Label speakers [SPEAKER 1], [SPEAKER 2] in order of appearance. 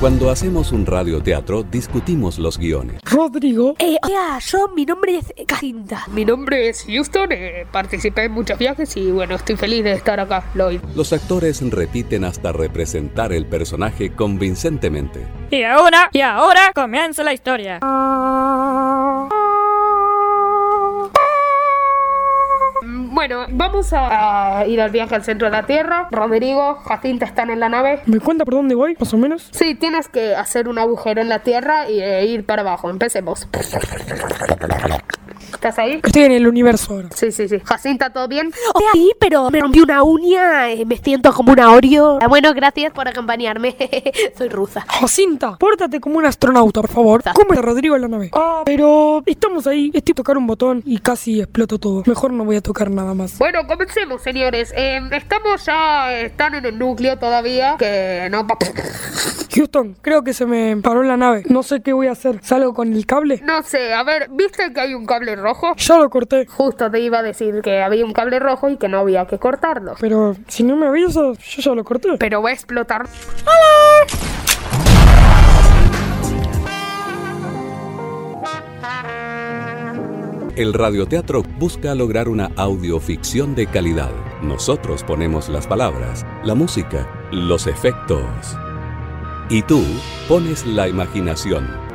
[SPEAKER 1] Cuando hacemos un radioteatro, discutimos los guiones.
[SPEAKER 2] Rodrigo,
[SPEAKER 3] Eh, hola, yo, mi nombre es Casinda.
[SPEAKER 4] Mi nombre es Houston, eh, participé en muchos viajes y bueno, estoy feliz de estar acá, Lloyd.
[SPEAKER 1] Los actores repiten hasta representar el personaje convincentemente.
[SPEAKER 5] Y ahora, y ahora comienza la historia.
[SPEAKER 4] Mm, Bueno, vamos a, a ir al viaje al centro de la Tierra. Rodrigo, Jacinta están en la nave.
[SPEAKER 2] ¿me cuenta por dónde voy, más o menos?
[SPEAKER 4] Sí, tienes que hacer un agujero en la Tierra y eh, ir para abajo. Empecemos. ¿Estás ahí?
[SPEAKER 2] Estoy en el universo ahora.
[SPEAKER 4] Sí, sí, sí. Jacinta, ¿todo bien?
[SPEAKER 3] O sea, sí, pero me rompí una uña, eh, me siento como una Oreo. Ah, Bueno, gracias por acompañarme. Soy rusa.
[SPEAKER 2] Jacinta, pórtate como un astronauta, por favor. ¿Cómo está Rodrigo en la nave? Ah, pero estamos ahí. Estoy a tocar un botón y casi exploto todo. Mejor no voy a tocar nada más.
[SPEAKER 4] Bueno, comencemos, señores. Eh, estamos ya, eh, están en el núcleo todavía, que no... pa-
[SPEAKER 2] Houston, creo que se me paró la nave. No sé qué voy a hacer. ¿Salgo con el cable?
[SPEAKER 4] No sé, a ver, ¿viste que hay un cable rojo?
[SPEAKER 2] Ya lo corté.
[SPEAKER 4] Justo te iba a decir que había un cable rojo y que no había que cortarlo.
[SPEAKER 2] Pero si no me avisas, yo ya lo corté.
[SPEAKER 4] Pero va a explotar.
[SPEAKER 1] El radioteatro busca lograr una audioficción de calidad. Nosotros ponemos las palabras, la música, los efectos. Y tú pones la imaginación,